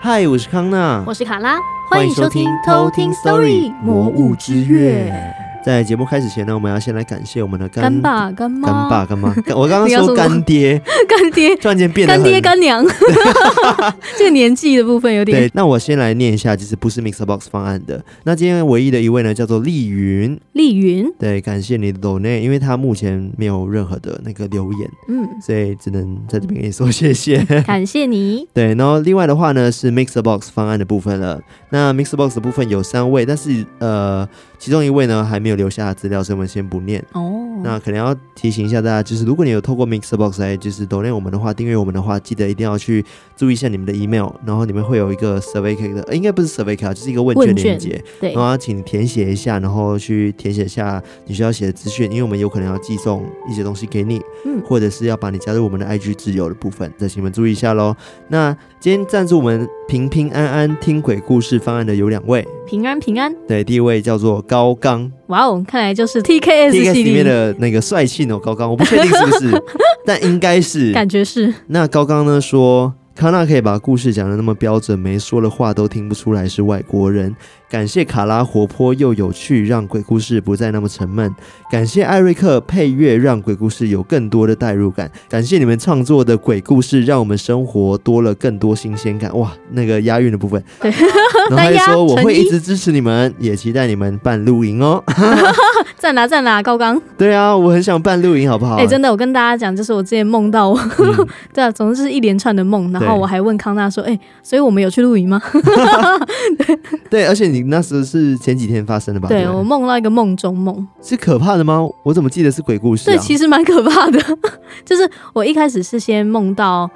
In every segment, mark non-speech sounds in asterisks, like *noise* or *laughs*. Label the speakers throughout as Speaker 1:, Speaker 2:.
Speaker 1: 嗨，我是康娜，
Speaker 2: 我是卡拉，欢迎收听《偷听 Story 魔物之月》。
Speaker 1: 在节目开始前呢，我们要先来感谢我们的
Speaker 2: 干爸、干妈、
Speaker 1: 干爸、干妈。干我刚刚说干爹，
Speaker 2: *laughs* 干爹
Speaker 1: 突然间变得
Speaker 2: 干爹干 *laughs* 娘，这个年纪的部分有点。
Speaker 1: 对，那我先来念一下，就是不是 Mixbox 方案的。那今天唯一的一位呢，叫做丽云。
Speaker 2: 丽云，
Speaker 1: 对，感谢你的 donate，因为他目前没有任何的那个留言，
Speaker 2: 嗯，
Speaker 1: 所以只能在这边给你说谢谢。 *laughs*
Speaker 2: 感谢你。
Speaker 1: 对，然后另外的话呢，是 Mixbox 方案的部分了。那 Mixbox 的部分有三位，但是呃，其中一位呢还没有留下资料，所以我们先不念。
Speaker 2: 哦，
Speaker 1: 那可能要提醒一下大家，就是如果你有透过 Mixbox 来就是 donate 我们的话，订阅我们的话，记得一定要去注意一下你们的 email，然后你们会有一个 survey card 的，呃应该不是 survey card，就是一个问卷
Speaker 2: 问卷
Speaker 1: 链接，
Speaker 2: 对
Speaker 1: 然，后要请你填写一下，然后去填写一下你需要写的资讯，因为我们有可能要寄送一些东西给你，
Speaker 2: 嗯
Speaker 1: 或者是要把你加入我们的 IG 自由的部分，再请你们注意一下喽。那今天赞助我们平平安安听鬼故事方案的有两位，
Speaker 2: 平安平安。
Speaker 1: 对，第一位叫做高刚。
Speaker 2: 哇哦，看来就是 TKS
Speaker 1: TKS
Speaker 2: 系
Speaker 1: 里面
Speaker 2: 列，
Speaker 1: 的那个帅气呢，高刚，我不确定是不
Speaker 2: *laughs*
Speaker 1: 是，但应该是。
Speaker 2: 感觉是
Speaker 1: 那高刚呢说，康纳可以把故事讲的那么标准，没说的话都听不出来是外国人。感谢卡拉活泼又有趣，让鬼故事不再那么沉闷。感谢艾瑞克配乐，让鬼故事有更多的代入感。感谢你们创作的鬼故事，让我们生活多了更多新鲜感。哇，那个押韵的部分。
Speaker 2: 对
Speaker 1: 然后他就
Speaker 2: 单押
Speaker 1: 说我
Speaker 2: 成
Speaker 1: 会一
Speaker 2: 一
Speaker 1: 直支持你们，也期待你们办露营哦。
Speaker 2: 赞啦赞啦，高刚。
Speaker 1: 对啊，我很想办露营，好不好？
Speaker 2: 哎、真的，我跟大家讲，就是我之前梦到我， *laughs*
Speaker 1: 嗯
Speaker 2: 对啊，总之是一连串的梦，然后
Speaker 1: 对
Speaker 2: 我还问康纳说，哎、所以我们有去露营吗？
Speaker 1: 对，而且你那时候是前几天发生的吧？
Speaker 2: 对
Speaker 1: 不
Speaker 2: 我梦到一个梦中梦，
Speaker 1: 是可怕的吗？我怎么记得是鬼故事、啊？
Speaker 2: 对，其实蛮可怕的。 *laughs* 就是我一开始是先梦到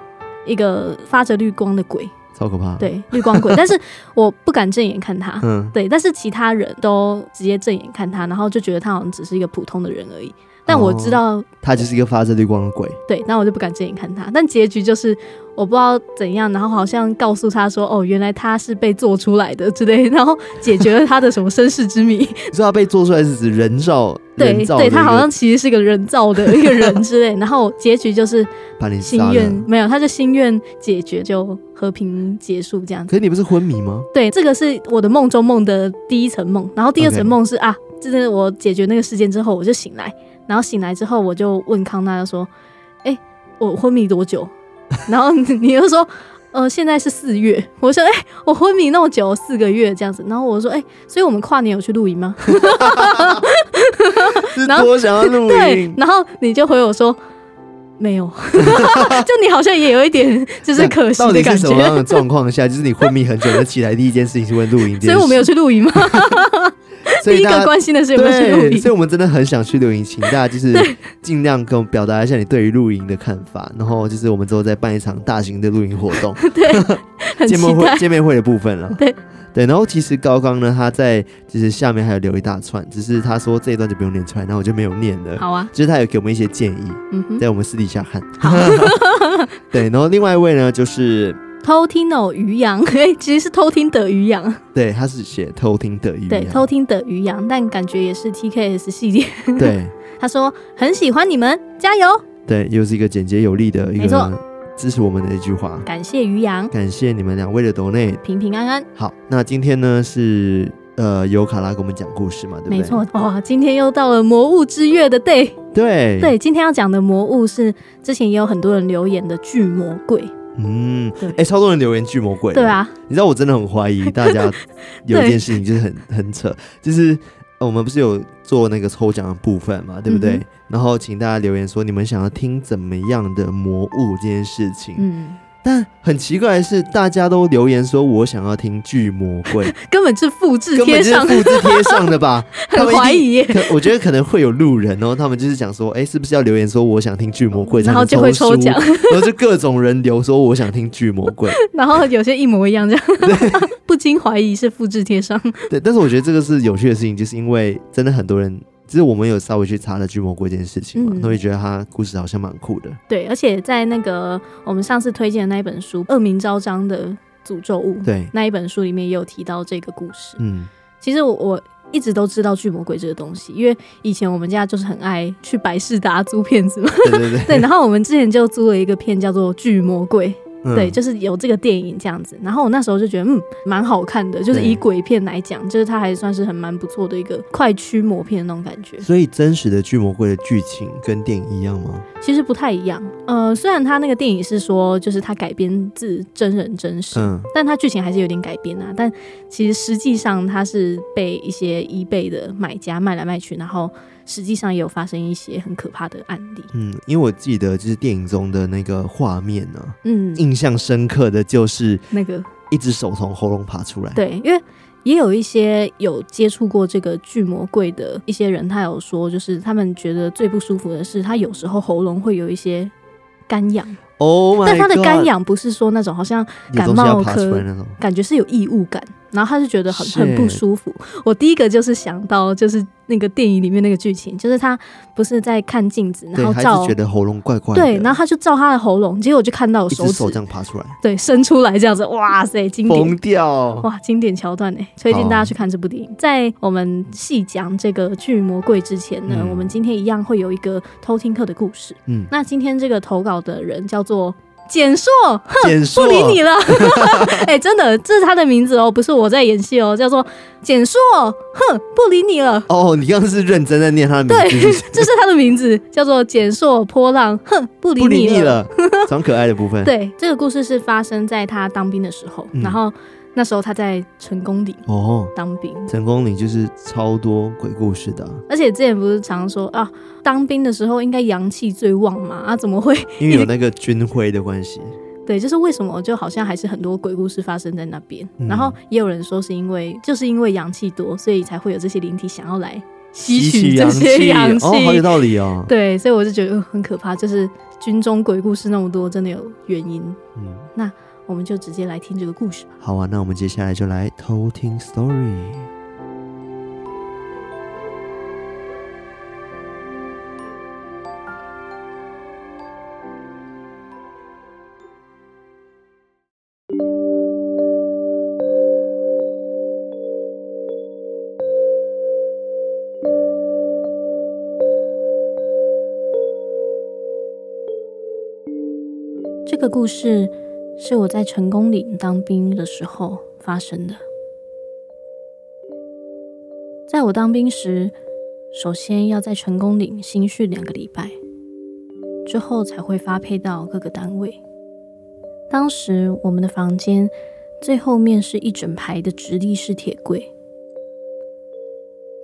Speaker 2: 一个发着绿光的鬼，
Speaker 1: 超可怕。，
Speaker 2: 对，绿光
Speaker 1: *laughs*
Speaker 2: 鬼，但是我不敢正眼看他。
Speaker 1: 嗯，
Speaker 2: 对，但是其他人都直接正眼看他，然后就觉得他好像只是一个普通的人而已。但我知道，
Speaker 1: 他就是一个发着绿光的鬼。
Speaker 2: 对，那我就不敢正眼看他。但结局就是我不知道怎样，然后好像告诉他说，哦，原来他是被做出来的之类， *laughs* 然后解决了他的什么身世之谜。
Speaker 1: 你说他被做出来是指人造，
Speaker 2: 对，
Speaker 1: 人造的
Speaker 2: 对
Speaker 1: 一个
Speaker 2: 他好像其实是个人造的一个人之类。然后结局就是
Speaker 1: 把你
Speaker 2: 心
Speaker 1: 杀
Speaker 2: 愿
Speaker 1: 了。
Speaker 2: 没有，他就心愿解决，就和平结束这样子。
Speaker 1: 可是你不是昏迷吗？
Speaker 2: 对，这个是我的梦中梦的第一层梦，然后第二
Speaker 1: OK
Speaker 2: 层梦是啊，真的我解决那个事件之后我就醒来，然后醒来之后我就问康纳说：“哎、我昏迷多久？” *laughs* 然后你你又说：“呃，现在是四月。”我说：“哎、我昏迷那么久，四个月这样子。”然后我说：“哎、所以我们跨年有去露营吗
Speaker 1: 是
Speaker 2: 然后
Speaker 1: 多想要？”露
Speaker 2: *laughs* 对
Speaker 1: 营，。
Speaker 2: 然后你就回我说。没有， *laughs* 就你好像也有一点就是可惜
Speaker 1: 到
Speaker 2: 的
Speaker 1: 底
Speaker 2: 感
Speaker 1: 是
Speaker 2: 觉
Speaker 1: 什，么样的状况下，就是你昏迷很久，就起来第一件事情是问露营这件事。
Speaker 2: *laughs* 所以我们有去露营吗？
Speaker 1: *laughs* 所以
Speaker 2: 第一
Speaker 1: 大
Speaker 2: 个
Speaker 1: 家
Speaker 2: 关心的是有没有去露
Speaker 1: 对，
Speaker 2: 营
Speaker 1: 所。以我们真的很想去露营，请大家就是尽量跟我们表达一下你对于露营的看法，然后就是我们之后再办一场大型的露营活动，
Speaker 2: 很
Speaker 1: 见
Speaker 2: 期
Speaker 1: 面
Speaker 2: 待
Speaker 1: 会。见面会的部分了。
Speaker 2: 对
Speaker 1: 对，然后其实高刚呢，他在就是下面还有留一大串，只是他说这一段就不用念出来，然后我就没有念了。
Speaker 2: *laughs* 好啊，
Speaker 1: 就是他有给我们一些建议，
Speaker 2: 嗯哼，
Speaker 1: 在我们私底下看。对，然后另外一位呢，就是
Speaker 2: 偷听哦，渔阳， *laughs* 哎，其实是偷听的渔阳，
Speaker 1: 对，他是写偷听的语言，
Speaker 2: 对，偷听的渔阳，但感觉也是 TKS 系列。
Speaker 1: 对
Speaker 2: 他说很喜欢你们，加油，
Speaker 1: 对，又是一个简洁有力的一
Speaker 2: 没错
Speaker 1: 个支持我们的一句话。
Speaker 2: 感谢渔阳，
Speaker 1: 感谢你们两位的 donate。
Speaker 2: 平平安安，
Speaker 1: 好，那今天呢是呃由卡拉给我们讲故事嘛，对不对？
Speaker 2: 没错，哇，今天又到了魔物之月的 day，
Speaker 1: 对
Speaker 2: 对，，今天要讲的魔物是之前也有很多人留言的巨魔鬼，
Speaker 1: 嗯
Speaker 2: 对，
Speaker 1: 哎，超多人留言巨魔鬼，
Speaker 2: 对，啊，
Speaker 1: 你知道我真的很怀疑大家有一件事情就是很很扯，就是。呃我们不是有做那个抽奖的部分嘛，对不对？
Speaker 2: 嗯哼
Speaker 1: 然后请大家留言说你们想要听怎么样的魔物这件事情。
Speaker 2: 嗯，
Speaker 1: 但很奇怪的是，大家都留言说我想要听巨魔鬼，
Speaker 2: 根本 *laughs* 是复制
Speaker 1: 根
Speaker 2: 贴
Speaker 1: 本就是
Speaker 2: 上，
Speaker 1: 复制贴上的吧？他们一
Speaker 2: 很
Speaker 1: 定 *laughs*
Speaker 2: 怀疑耶，
Speaker 1: 可我觉得可能会有路人，然后他们就是想说，哎、是不是要留言说我想听巨魔鬼，，
Speaker 2: 然后就会抽奖，
Speaker 1: *laughs* 然后就各种人留说我想听巨魔鬼，
Speaker 2: 然后有些一模一样这样， *laughs* 不禁怀疑是复制贴上，
Speaker 1: 对。但是我觉得这个是有趣的事情，就是因为真的很多人，就是我们有稍微去查了巨魔鬼这件事情嘛，
Speaker 2: 嗯
Speaker 1: 都会觉得他故事好像蛮酷的，
Speaker 2: 对，而且在那个我们上次推荐的那一本书《恶名昭彰的诅咒物》
Speaker 1: 对，
Speaker 2: 那一本书里面也有提到这个故事。
Speaker 1: 嗯，
Speaker 2: 其实我我一直都知道巨魔鬼这个东西，因为以前我们家就是很爱去百事达租片子嘛。
Speaker 1: *laughs* 对对对，
Speaker 2: *laughs* 对，然后我们之前就租了一个片叫做《巨魔鬼》，
Speaker 1: 嗯
Speaker 2: 对，就是有这个电影这样子。然后我那时候就觉得，嗯，蛮好看的，就是以
Speaker 1: 对
Speaker 2: 鬼片来讲，就是它还算是很蛮不错的一个快驱魔片那种感觉。
Speaker 1: 所以真实的巨魔怪的剧情跟电影一样吗？
Speaker 2: 其实不太一样，呃，虽然它那个电影是说，就是它改编自真人真事，
Speaker 1: 嗯，
Speaker 2: 但它剧情还是有点改编啊。但其实实际上它是被一些 eBay 的买家卖来卖去，然后实际上也有发生一些很可怕的案例。
Speaker 1: 嗯，因为我记得就是电影中的那个画面呢、
Speaker 2: 嗯，
Speaker 1: 印象深刻的就是
Speaker 2: 那个
Speaker 1: 一只手从喉咙爬出来。，
Speaker 2: 对，因为也有一些有接触过这个巨魔怪的一些人，他有说，就是他们觉得最不舒服的是，他有时候喉咙会有一些干痒，
Speaker 1: 哦、oh、
Speaker 2: 但他的干痒不是说那种好像
Speaker 1: 有东西要爬出来那种。
Speaker 2: 感觉是有异物感，然后他就觉得很
Speaker 1: 是
Speaker 2: 很不舒服。我第一个就是想到就是那个电影里面那个剧情，就是他不是在看镜子，然
Speaker 1: 对，
Speaker 2: 后
Speaker 1: 还
Speaker 2: 照
Speaker 1: 是觉得喉咙怪怪的。
Speaker 2: 对，然后他就照他的喉咙，结果就看到有
Speaker 1: 一
Speaker 2: 手
Speaker 1: 只
Speaker 2: 指
Speaker 1: 手这样爬出来，
Speaker 2: 对伸出来这样子，哇塞，经典
Speaker 1: 疯掉。
Speaker 2: 哇，经典桥段哎，推荐
Speaker 1: 好
Speaker 2: 大家去看这部
Speaker 1: 哦
Speaker 2: 电影。在我们细讲这个巨魔怪之前呢，
Speaker 1: 嗯
Speaker 2: 我们今天一样会有一个偷听课的故事。
Speaker 1: 嗯，
Speaker 2: 那今天这个投稿的人叫做简硕，
Speaker 1: 简
Speaker 2: 不
Speaker 1: 硕
Speaker 2: 理你了。 *laughs* 哎、真的，这是他的名字哦，不是我在演戏哦，叫做简硕。哼，不理你了。
Speaker 1: 哦，你刚刚是认真在念他的名
Speaker 2: 对
Speaker 1: 字嗯是不是，，
Speaker 2: 这是他的名字，叫做简硕波浪。哼， *laughs* 不理
Speaker 1: 不理
Speaker 2: 你
Speaker 1: 你
Speaker 2: 了。
Speaker 1: 了，从可爱的部分。，
Speaker 2: *laughs* 对，这个故事是发生在他当兵的时候，
Speaker 1: 嗯
Speaker 2: 然后那时候他在成功里
Speaker 1: 哦，
Speaker 2: 当兵。
Speaker 1: 成功岭就是超多鬼故事的啊、
Speaker 2: 而且之前不是常说啊，当兵的时候应该阳气最旺嘛，啊，怎么会？
Speaker 1: 因为有那个军徽的关系。
Speaker 2: 对，就是为什么就好像还是很多鬼故事发生在那边，
Speaker 1: 嗯
Speaker 2: 然后也有人说是因为就是因为阳气多，所以才会有这些灵体想要来吸
Speaker 1: 吸
Speaker 2: 取
Speaker 1: 取
Speaker 2: 这
Speaker 1: 阳
Speaker 2: 些
Speaker 1: 气
Speaker 2: 阳
Speaker 1: 哦，好有道理哦。
Speaker 2: 对，所以我就觉得、呃很可怕，就是军中鬼故事那么多，真的有原因。
Speaker 1: 嗯，
Speaker 2: 我们就直接来听这个故事吧。
Speaker 1: 好啊，那我们接下来就来偷听 story。
Speaker 2: 这个故事是我在成功岭当兵的时候发生的。在我当兵时，首先要在成功岭新训两个礼拜，之后才会发配到各个单位。当时我们的房间最后面是一整排的直立式铁柜，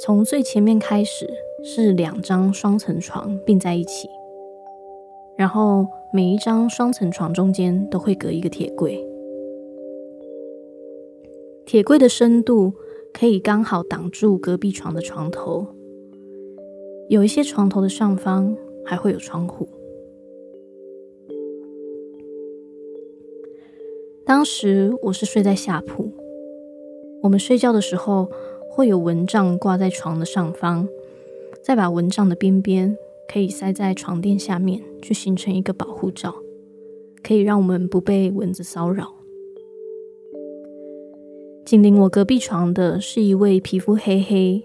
Speaker 2: 从最前面开始是两张双层床并在一起，然后每一张双层床中间都会隔一个铁柜，铁柜的深度可以刚好挡住隔壁床的床头，有一些床头的上方还会有窗户。当时我是睡在下铺，我们睡觉的时候会有蚊帐挂在床的上方，再把蚊帐的边边可以塞在床垫下面，去形成一个保护罩，可以让我们不被蚊子骚扰。紧邻我隔壁床的是一位皮肤黑黑、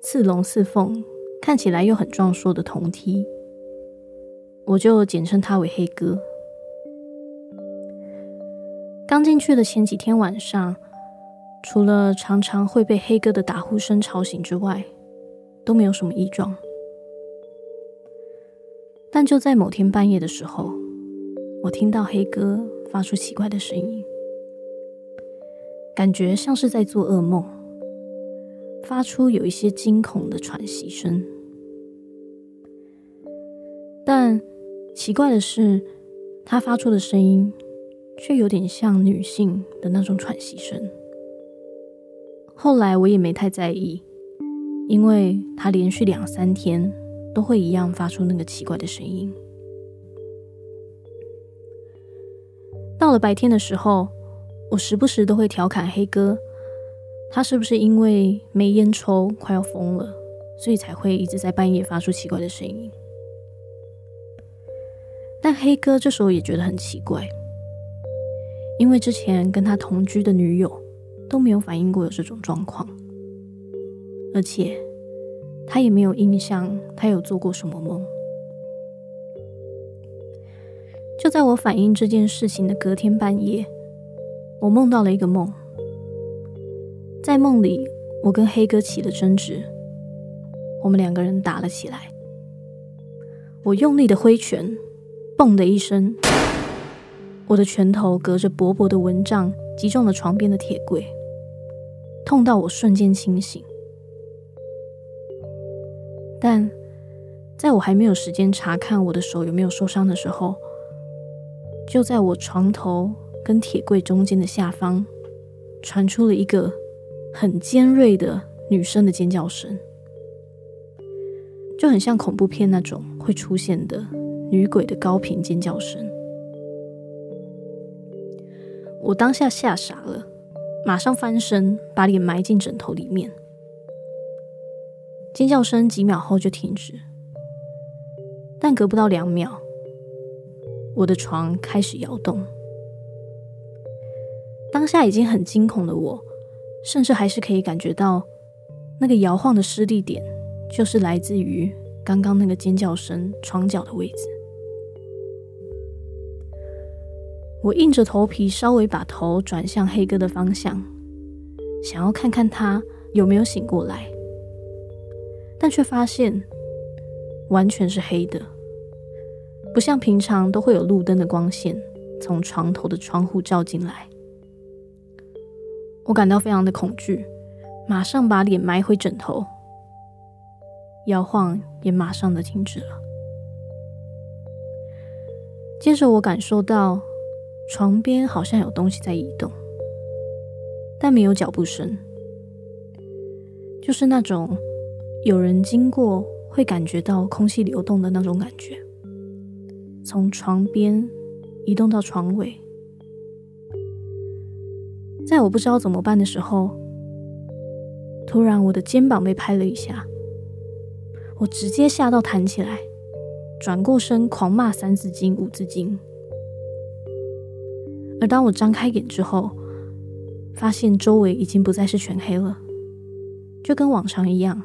Speaker 2: 似龙似凤、看起来又很壮硕的铜梯，我就简称他为黑哥。刚进去的前几天晚上，除了常常会被黑哥的打呼声吵醒之外，都没有什么异状。但就在某天半夜的时候，我听到黑哥发出奇怪的声音，感觉像是在做噩梦，发出有一些惊恐的喘息声。但奇怪的是，他发出的声音却有点像女性的那种喘息声。后来我也没太在意，因为他连续两三天都会一样发出那个奇怪的声音。到了白天的时候，我时不时都会调侃黑哥，他是不是因为没烟抽快要疯了，所以才会一直在半夜发出奇怪的声音。但黑哥这时候也觉得很奇怪，因为之前跟他同居的女友都没有反映过有这种状况，而且他也没有印象他有做过什么梦。就在我反映这件事情的隔天半夜，我梦到了一个梦。在梦里，我跟黑哥起了争执，我们两个人打了起来。我用力的挥拳，嘣的一声，我的拳头隔着薄薄的蚊帐击中了床边的铁柜，痛到我瞬间清醒。但在我还没有时间查看我的手有没有受伤的时候，就在我床头跟铁柜中间的下方，传出了一个很尖锐的女生的尖叫声，就很像恐怖片那种会出现的女鬼的高频尖叫声。我当下吓傻了，马上翻身，把脸埋进枕头里面。尖叫声几秒后就停止，但隔不到两秒，我的床开始摇动。当下已经很惊恐的我，甚至还是可以感觉到那个摇晃的失力点，就是来自于刚刚那个尖叫声床角的位置。我硬着头皮稍微把头转向黑哥的方向，想要看看他有没有醒过来，但却发现完全是黑的。不像平常都会有路灯的光线从床头的窗户照进来。我感到非常的恐惧，马上把脸埋回枕头，摇晃也马上的停止了。接着我感受到床边好像有东西在移动，但没有脚步声，就是那种有人经过会感觉到空气流动的那种感觉。从床边移动到床尾。在我不知道怎么办的时候，突然我的肩膀被拍了一下，我直接吓到弹起来，转过身狂骂三字经、五字经。而当我张开眼之后，发现周围已经不再是全黑了，就跟往常一样，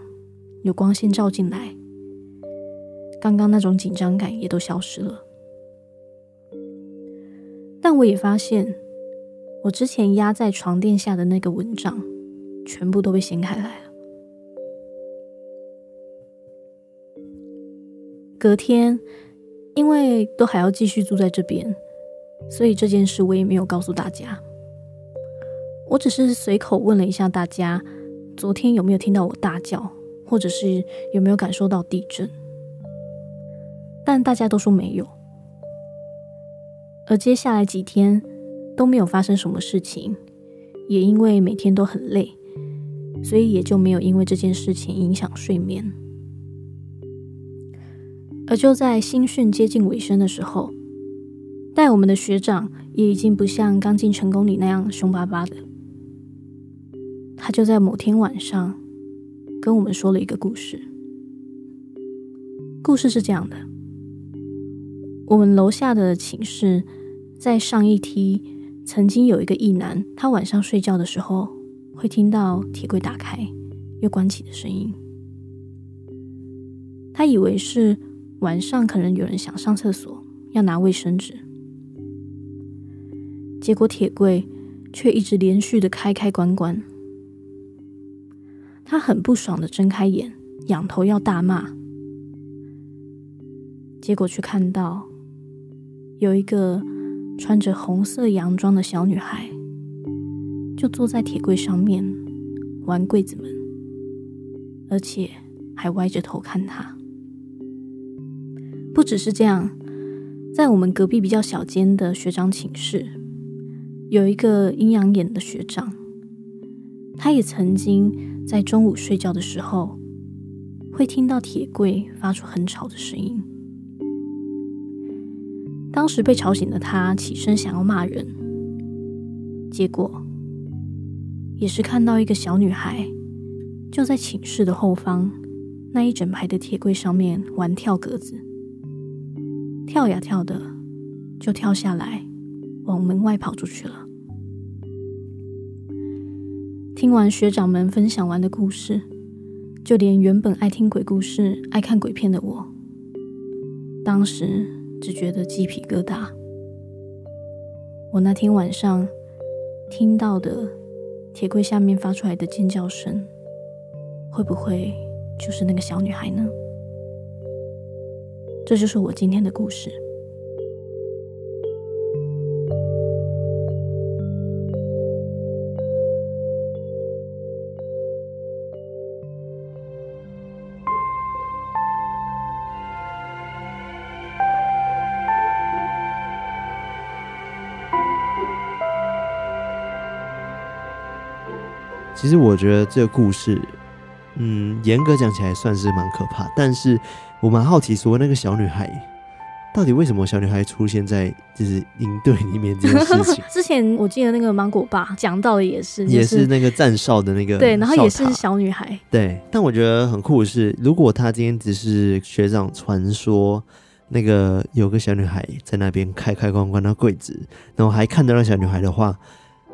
Speaker 2: 有光线照进来，刚刚那种紧张感也都消失了。但我也发现，我之前压在床垫下的那个蚊帐，全部都被掀开来了。隔天，因为都还要继续住在这边，所以这件事我也没有告诉大家。我只是随口问了一下大家，昨天有没有听到我大叫，或者是有没有感受到地震。但大家都说没有。而接下来几天都没有发生什么事情，也因为每天都很累，所以也就没有因为这件事情影响睡眠。而就在新训接近尾声的时候，带我们的学长也已经不像刚进成功里那样凶巴巴的，他就在某天晚上跟我们说了一个故事。故事是这样的：我们楼下的寝室在上一梯，曾经有一个异男，他晚上睡觉的时候会听到铁柜打开又关起的声音。他以为是晚上可能有人想上厕所，要拿卫生纸，结果铁柜却一直连续的开开关关。他很不爽的睁开眼，仰头要大骂。结果却看到有一个穿着红色洋装的小女孩，就坐在铁柜上面玩柜子门，而且还歪着头看他。不只是这样，在我们隔壁比较小间的学长寝室，有一个阴阳眼的学长，他也曾经在中午睡觉的时候，会听到铁柜发出很吵的声音。当时被吵醒的他起身想要骂人，结果也是看到一个小女孩就在寝室的后方那一整排的铁柜上面玩跳格子，跳呀跳的就跳下来，往门外跑出去了。听完学长们分享完的故事，就连原本爱听鬼故事、爱看鬼片的我，当时只觉得鸡皮疙瘩我那天晚上听到的铁柜下面发出来的尖叫声，会不会就是那个小女孩呢？这就是我今天的故事。
Speaker 1: 其实我觉得这个故事，嗯，严格讲起来算是蛮可怕，但是我蛮好奇说那个小女孩到底为什么小女孩出现在就是营队里面这件事情
Speaker 2: *laughs*，
Speaker 1: *laughs*
Speaker 2: 之前我记得那个芒果爸讲到的也是，
Speaker 1: 也
Speaker 2: 就是
Speaker 1: 那个站哨的那个
Speaker 2: 对，然后也是
Speaker 1: 哨塔
Speaker 2: 小女孩，
Speaker 1: 对，但我觉得很酷的是，如果他今天只是学长传说，那个有个小女孩在那边开开关关到柜子，然后还看到那小女孩的话，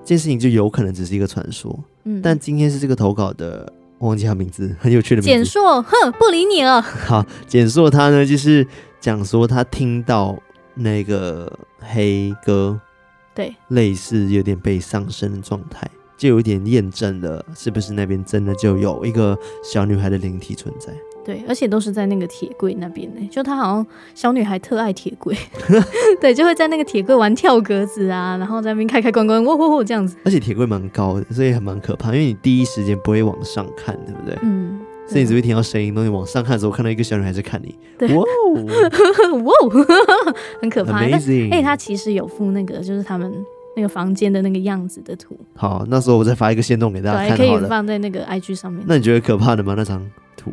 Speaker 1: 这件事情就有可能只是一个传说。
Speaker 2: 嗯，
Speaker 1: 但今天是这个投稿的，我忘记他名字，很有趣的名
Speaker 2: 简
Speaker 1: 字。
Speaker 2: 硕，哼，不理你
Speaker 1: *laughs*
Speaker 2: 了。
Speaker 1: 好，简硕他呢，就是讲说他听到那个黑哥
Speaker 2: 对，
Speaker 1: 类似有点被上身的状态，就有点验证了是不是那边真的就有一个小女孩的灵体存在。
Speaker 2: 对，而且都是在那个铁柜那边呢。就她好像小女孩特爱铁
Speaker 1: *laughs*
Speaker 2: 柜， *laughs* 对，就会在那个铁柜玩跳格子啊，然后在那边开开关关，喔喔喔这样子。
Speaker 1: 而且铁柜蛮高的，所以还蛮可怕，因为你第一时间不会往上看，对不对？
Speaker 2: 嗯，
Speaker 1: *laughs* 所以你只会听到声音，东西往上看的时候，看到一个小女孩在看你，
Speaker 2: *laughs* 对
Speaker 1: 哇
Speaker 2: 哇哦，很 *laughs* 可
Speaker 1: 哦
Speaker 2: 怕。但
Speaker 1: ，amazing！
Speaker 2: 哎、他其实有附那个，就是他们那个房间的那个样子的图，
Speaker 1: 好，那时候我再发一个线动给大
Speaker 2: 对，
Speaker 1: 家
Speaker 2: 可
Speaker 1: 看
Speaker 2: 以
Speaker 1: 好了。
Speaker 2: 放在那个 IG 上面，
Speaker 1: 那你觉得可怕的吗？那张
Speaker 2: *laughs*
Speaker 1: 图，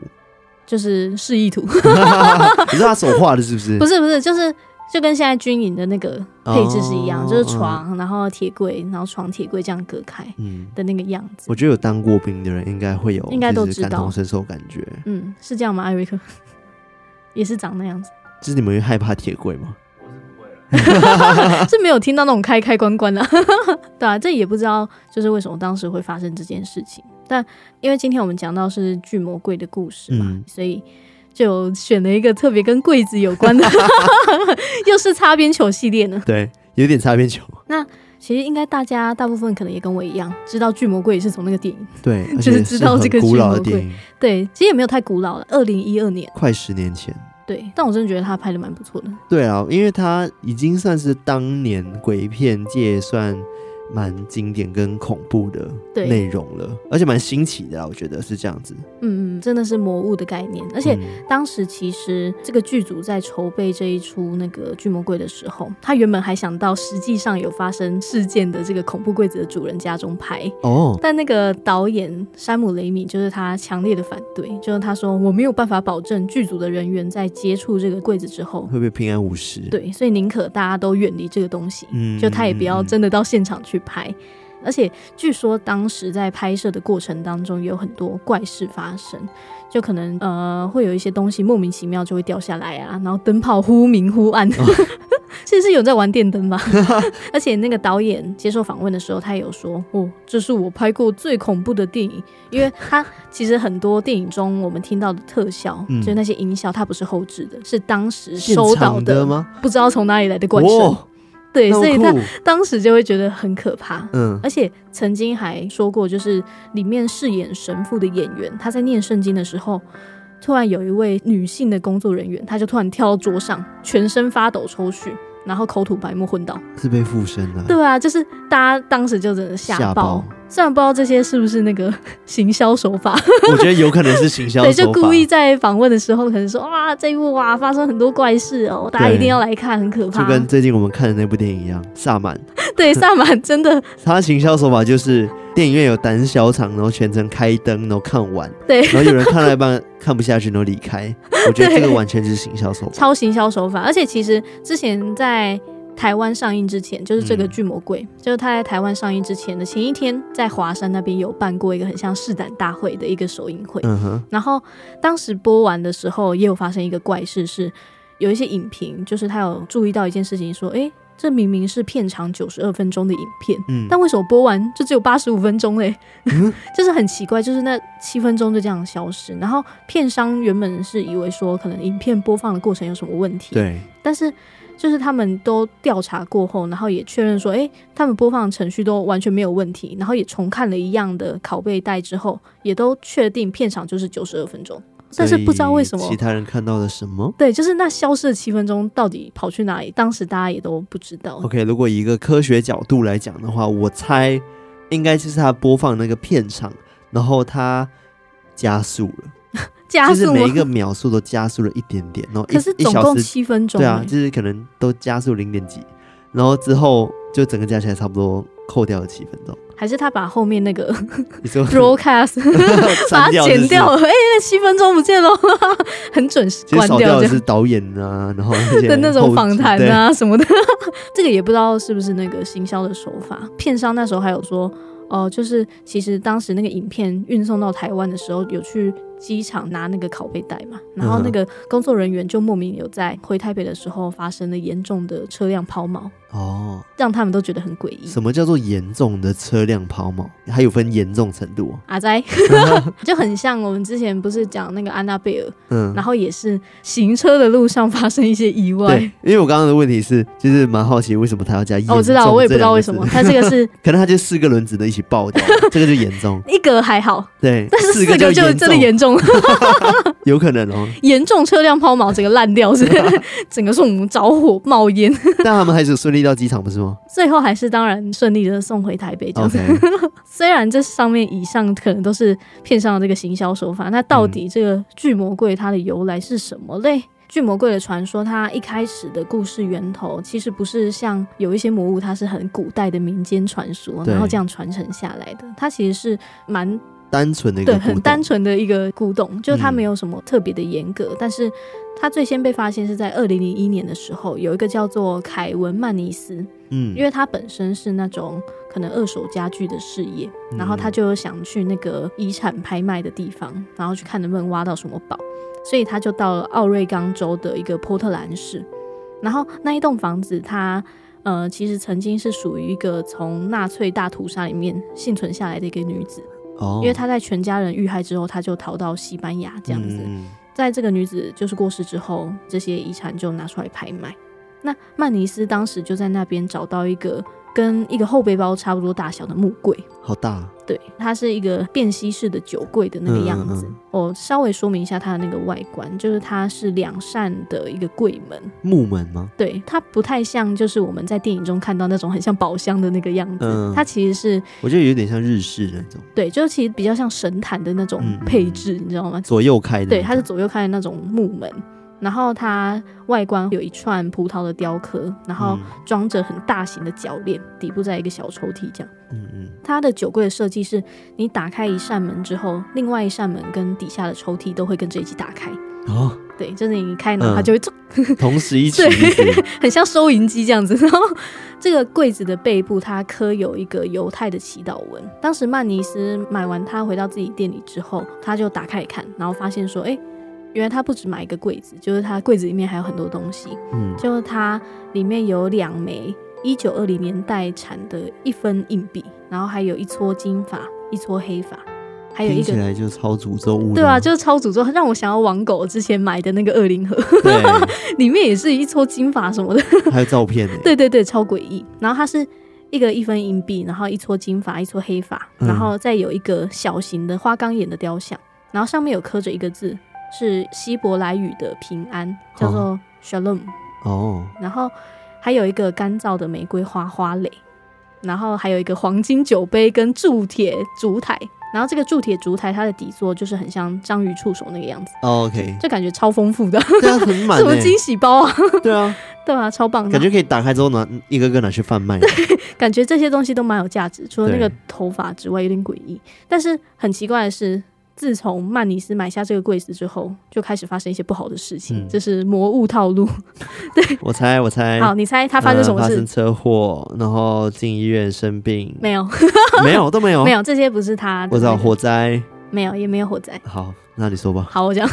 Speaker 2: 就是示
Speaker 1: *laughs*
Speaker 2: 意图，
Speaker 1: 你是他手画的，是不是？
Speaker 2: 不是不是，就是就跟现在军营的那个配置是一样，
Speaker 1: 哦
Speaker 2: 就是床，然后铁柜，然后床铁柜这样隔开
Speaker 1: 嗯，
Speaker 2: 的那个样子
Speaker 1: 我。觉得有当过兵的人应该会有，
Speaker 2: 应该都
Speaker 1: 就是
Speaker 2: 知道
Speaker 1: 感同身受的感觉。
Speaker 2: 嗯，是这样吗，艾瑞克？ *laughs* 也是长那样子，
Speaker 1: 就是你们会害怕铁柜吗？
Speaker 2: 是没有听到那种开开关关啦、 *laughs* 对啊，这也不知道就是为什么当时会发生这件事情。但因为今天我们讲到是巨魔柜的故事嘛，
Speaker 1: 嗯
Speaker 2: 所以就选了一个特别跟柜子有关的， *laughs* 又是擦边球系列呢。
Speaker 1: 对，有点擦边球。
Speaker 2: 其实应该大家大部分可能也跟我一样，知道巨魔柜也是从那个电影， *laughs*
Speaker 1: 对，而
Speaker 2: 就是
Speaker 1: 且
Speaker 2: 知道
Speaker 1: 很
Speaker 2: 这个
Speaker 1: 古老的
Speaker 2: 巨魔
Speaker 1: 电
Speaker 2: 柜
Speaker 1: 影，
Speaker 2: 对，其实也没有太古老了，二零一二年，
Speaker 1: 快十年前。
Speaker 2: 对。但我真的觉得他拍的蛮不错的，
Speaker 1: 对啊，因为它已经算是当年鬼片界算蛮经典跟恐怖的
Speaker 2: 对
Speaker 1: 内容了，而且蛮新奇的啦，啊我觉得是这样子。
Speaker 2: 嗯嗯，真的是魔物的概念，而且
Speaker 1: 嗯
Speaker 2: 当时其实这个剧组在筹备这一出那个巨魔柜的时候，他原本还想到实际上有发生事件的这个恐怖柜子的主人家中拍，
Speaker 1: 哦，
Speaker 2: 但那个导演山姆雷米就是他强烈的反对，就是他说我没有办法保证剧组的人员在接触这个柜子之后，
Speaker 1: 会不会平安无事？，
Speaker 2: 对，所以宁可大家都远离这个东西，
Speaker 1: 嗯
Speaker 2: 就他也不要
Speaker 1: 嗯嗯
Speaker 2: 真的到现场去拍。而且据说当时在拍摄的过程当中，有很多怪事发生，就可能呃会有一些东西莫名其妙就会掉下来啊，然后灯泡忽明忽暗。
Speaker 1: 哦
Speaker 2: *laughs* 其实是有在玩电灯吧， *laughs* 而且那个导演接受访问的时候，他也有说：“哦，这是我拍过最恐怖的电影，因为他其实很多电影中我们听到的特效，
Speaker 1: 嗯
Speaker 2: 就是那些音效，它不是后置的，是当时
Speaker 1: 现
Speaker 2: 收到
Speaker 1: 场的
Speaker 2: 的
Speaker 1: 吗？
Speaker 2: 不知道从哪里来的怪声，
Speaker 1: 哇，
Speaker 2: 对，
Speaker 1: 那
Speaker 2: 所以
Speaker 1: 么
Speaker 2: 他
Speaker 1: 酷，
Speaker 2: 当时就会觉得很可怕。
Speaker 1: 嗯，
Speaker 2: 而且曾经还说过，就是里面饰演神父的演员，他在念圣经的时候，突然有一位女性的工作人员，他就突然跳到桌上，全身发抖抽搐，然后口吐白沫昏
Speaker 1: *laughs*
Speaker 2: 倒。
Speaker 1: 是被附身的，
Speaker 2: 对啊，就是大家当时就真的吓
Speaker 1: 吓
Speaker 2: 爆
Speaker 1: 爆。
Speaker 2: 虽然不知道这些是不是那个 *laughs* 行销手法，
Speaker 1: *laughs* 我觉得有可能是行销
Speaker 2: 对，
Speaker 1: 手
Speaker 2: 就
Speaker 1: 法，
Speaker 2: 故意在访问的时候可能说哇，这一幕哇发生很多怪事哦，大家一定要来看，很可
Speaker 1: 就
Speaker 2: 怕。
Speaker 1: 跟最近我们看的那部电影一样，《萨满》，
Speaker 2: 对，萨满真的
Speaker 1: 他的行销手法就是电影院有胆小场，然后全程开灯，然后看完，
Speaker 2: 对
Speaker 1: 然后有人看到一半看不下去，然后离开。我觉得
Speaker 2: 对
Speaker 1: 这个完全就是行销手法。
Speaker 2: 超行销手法，而且其实之前在台湾上映之前，就是这个
Speaker 1: 嗯
Speaker 2: 巨魔鬼，就是他在台湾上映之前的前一天，在华山那边有办过一个很像试胆大会的一个首映会。
Speaker 1: 嗯哼，
Speaker 2: 然后当时播完的时候，也有发生一个怪事是，有一些影评，就是他有注意到一件事情，说，诶，这明明是片长九十二分钟的影片，
Speaker 1: 嗯，
Speaker 2: 但为什么播完就只有八十五分钟嘞？
Speaker 1: 嗯
Speaker 2: *laughs* 就是很奇怪，就是那七分钟就这样消失。然后片商原本是以为说可能影片播放的过程有什么问题，
Speaker 1: 对，
Speaker 2: 但是就是他们都调查过后，然后也确认说，诶、哎他们播放的程序都完全没有问题，然后也重看了一样的拷贝带之后，也都确定片场就是九十二分钟，但是不知道为
Speaker 1: 所
Speaker 2: 什么
Speaker 1: 哎以其。他人看到了什么。
Speaker 2: 对，就是那消失的七分钟到底跑去哪里？当时大家也都不知道。
Speaker 1: OK，如果以一个科学角度来讲的话，我猜应该就是他播放那个片场，然后他加速了，
Speaker 2: 加
Speaker 1: 就是
Speaker 2: 速
Speaker 1: 每
Speaker 2: 吗
Speaker 1: 一个秒数都加速了一点点，然后一
Speaker 2: 可是
Speaker 1: 一
Speaker 2: 总
Speaker 1: 小
Speaker 2: 共
Speaker 1: 时
Speaker 2: 七分钟、
Speaker 1: 对啊，
Speaker 2: 欸
Speaker 1: 就是可能都加速零点几，然后之后就整个加起来差不多扣掉了七分钟。
Speaker 2: 还是他把后面那个 *laughs*
Speaker 1: 你说
Speaker 2: broadcast 把
Speaker 1: *laughs* 删
Speaker 2: 它
Speaker 1: 掉
Speaker 2: 剪
Speaker 1: 是
Speaker 2: 掉了？哎、那七分钟不见了， *laughs* 很准时
Speaker 1: 其实
Speaker 2: 关
Speaker 1: 少
Speaker 2: 掉
Speaker 1: 掉的
Speaker 2: 这样
Speaker 1: 是导演啊，
Speaker 2: *laughs*
Speaker 1: 然后那些
Speaker 2: 的那种
Speaker 1: 后
Speaker 2: 访
Speaker 1: 置
Speaker 2: 谈
Speaker 1: 对
Speaker 2: 啊什么的， *laughs* 这个也不知道是不是那个行销的手法。片商那时候还有说，哦、就是其实当时那个影片运送到台湾的时候，有去机场拿那个拷贝袋嘛，然后那个工作人员就莫名有在回台北的时候发生了严重的车辆抛锚，
Speaker 1: 哦，
Speaker 2: 让他们都觉得很诡异。
Speaker 1: 什么叫做严重的车辆抛锚？还有分严重程度哦、
Speaker 2: 阿仔 *laughs* 就很像我们之前不是讲那个安娜贝尔，
Speaker 1: 嗯，
Speaker 2: 然后也是行车的路上发生一些意外
Speaker 1: 对。，因为我刚刚的问题是，就是蛮好奇为什么他要加严重、
Speaker 2: 哦，我知道，我也不知道为什么，，它这个
Speaker 1: *laughs*
Speaker 2: 是。
Speaker 1: 可能他就四个轮子的一起爆掉，这个就严重
Speaker 2: 一格还好，
Speaker 1: 对，
Speaker 2: 但是四
Speaker 1: 个
Speaker 2: 个
Speaker 1: 就
Speaker 2: 就
Speaker 1: 严
Speaker 2: 真的
Speaker 1: 重
Speaker 2: 严重， *laughs*
Speaker 1: 有可能哦。
Speaker 2: 严重车辆抛锚，整个烂掉是不
Speaker 1: *laughs*
Speaker 2: 是，整个是我们着火冒烟，
Speaker 1: 但他们还是顺利到机场，不是吗
Speaker 2: 最后还是当然顺利的送回台北这样子。
Speaker 1: ？OK，
Speaker 2: 虽然这上面以上可能都是片上的这个行销手法，那到底这个巨魔怪它的由来是什么嘞？巨魔怪的传说，它一开始的故事源头其实不是像有一些魔物，它是很古代的民间传说，
Speaker 1: 对
Speaker 2: 然后这样传承下来的。它其实是蛮
Speaker 1: 单纯的一个
Speaker 2: 对，
Speaker 1: 互
Speaker 2: 很
Speaker 1: 动
Speaker 2: 单纯的一个古董，就它
Speaker 1: 嗯
Speaker 2: 没有什么特别的严格，但是它最先被发现是在二零零一年的时候，有一个叫做凯文曼尼斯，
Speaker 1: 嗯，
Speaker 2: 因为他本身是那种可能二手家具的事业，
Speaker 1: 嗯
Speaker 2: 然后他就有想去那个遗产拍卖的地方，然后去看能不能挖到什么宝，所以他就到了奥瑞冈州的一个波特兰市，然后那一栋房子它。呃，其实曾经是属于一个从纳粹大屠杀里面幸存下来的一个女子，
Speaker 1: 哦，
Speaker 2: 因为他在全家人遇害之后，他就逃到西班牙这样子。
Speaker 1: 嗯
Speaker 2: 在这个女子就是过世之后，这些遗产就拿出来拍卖。那曼尼斯当时就在那边找到一个跟一个后背包差不多大小的木柜，
Speaker 1: 好大，
Speaker 2: 对，它是一个便携式的酒柜的那个样子。
Speaker 1: 嗯嗯嗯
Speaker 2: 我稍微说明一下它的那个外观，就是它是两扇的一个柜门，
Speaker 1: 木门吗？
Speaker 2: 对，它不太像就是我们在电影中看到那种很像宝箱的那个样子，
Speaker 1: 嗯
Speaker 2: 它其实是
Speaker 1: 我觉得有点像日式那种
Speaker 2: 对，就是其实比较像神坛的那种
Speaker 1: 嗯嗯嗯
Speaker 2: 配置，你知道吗？
Speaker 1: 左右开的那种，
Speaker 2: 对，它是左右开的那种木门，然后它外观有一串葡萄的雕刻，然后
Speaker 1: 嗯
Speaker 2: 装着很大型的铰链，底部在一个小抽屉这样。
Speaker 1: 嗯嗯，
Speaker 2: 它的酒柜的设计是，你打开一扇门之后，另外一扇门跟底下的抽屉都会跟着一起打开。 *laughs*
Speaker 1: 哦，
Speaker 2: 对，就是你一开呢，
Speaker 1: 嗯
Speaker 2: 它就会、
Speaker 1: 同时一起，
Speaker 2: 对
Speaker 1: 一起
Speaker 2: 很像收银机这样子。然后这个柜子的背部，它刻有一个犹太的祈祷文。当时曼尼斯买完它回到自己店里之后，他就打开来看，然后发现说，哎、原来他不止买一个柜子，就是他柜子里面还有很多东西，
Speaker 1: 嗯，
Speaker 2: *laughs* 就是它里面有两枚一九二零年代产的一分硬币，然后还有一撮金发，一撮黑发，还有一
Speaker 1: 听起
Speaker 2: 个。
Speaker 1: 来就超诅咒物，
Speaker 2: 对啊，就是超诅咒，让我想要网狗之前买的那个恶灵盒，
Speaker 1: 对，
Speaker 2: *laughs* 里面也是一撮金发什么的。 *laughs*
Speaker 1: 还有照片呢，
Speaker 2: 对对对，超诡异。然后它是一个一分硬币，然后一撮金发，一撮黑发，
Speaker 1: 嗯
Speaker 2: 然后再有一个小型的花岗岩的雕像，然后上面有刻着一个字，是希伯来语的平安，叫做 shalom，、
Speaker 1: 哦，
Speaker 2: 然后还有一个干燥的玫瑰花花蕾，然后还有一个黄金酒杯跟铸铁烛台。然后这个铸铁烛台，它的底座就是很像章鱼触手那个样子，
Speaker 1: 哦，OK，
Speaker 2: 就感觉超
Speaker 1: *laughs*
Speaker 2: 丰富的， *laughs*
Speaker 1: 对啊，很满
Speaker 2: 什么
Speaker 1: 欸，
Speaker 2: 惊喜包啊，
Speaker 1: 对
Speaker 2: *laughs*
Speaker 1: 啊，
Speaker 2: 对啊，超棒的。
Speaker 1: 感觉可以打开之后拿一个个拿去贩
Speaker 2: *laughs*
Speaker 1: 卖，
Speaker 2: 感觉这些东西都蛮有价值，除了那个
Speaker 1: 对
Speaker 2: 头发之外有点诡异。但是很奇怪的是，自从曼尼斯买下这个柜子之后，就开始发生一些不好的事情，
Speaker 1: 嗯
Speaker 2: 这是魔物套路。
Speaker 1: 我猜，我猜，
Speaker 2: 好，你猜他发生什么
Speaker 1: 呃发
Speaker 2: 事？
Speaker 1: 生车祸，然后进医院生病，
Speaker 2: 没有， *laughs*
Speaker 1: *laughs* 没有都没有，
Speaker 2: 没有，这些不是他的
Speaker 1: 我知道
Speaker 2: 那个
Speaker 1: 火灾。
Speaker 2: 没有，也没有火灾。
Speaker 1: 好，那你说吧。 *laughs*
Speaker 2: 好，我讲，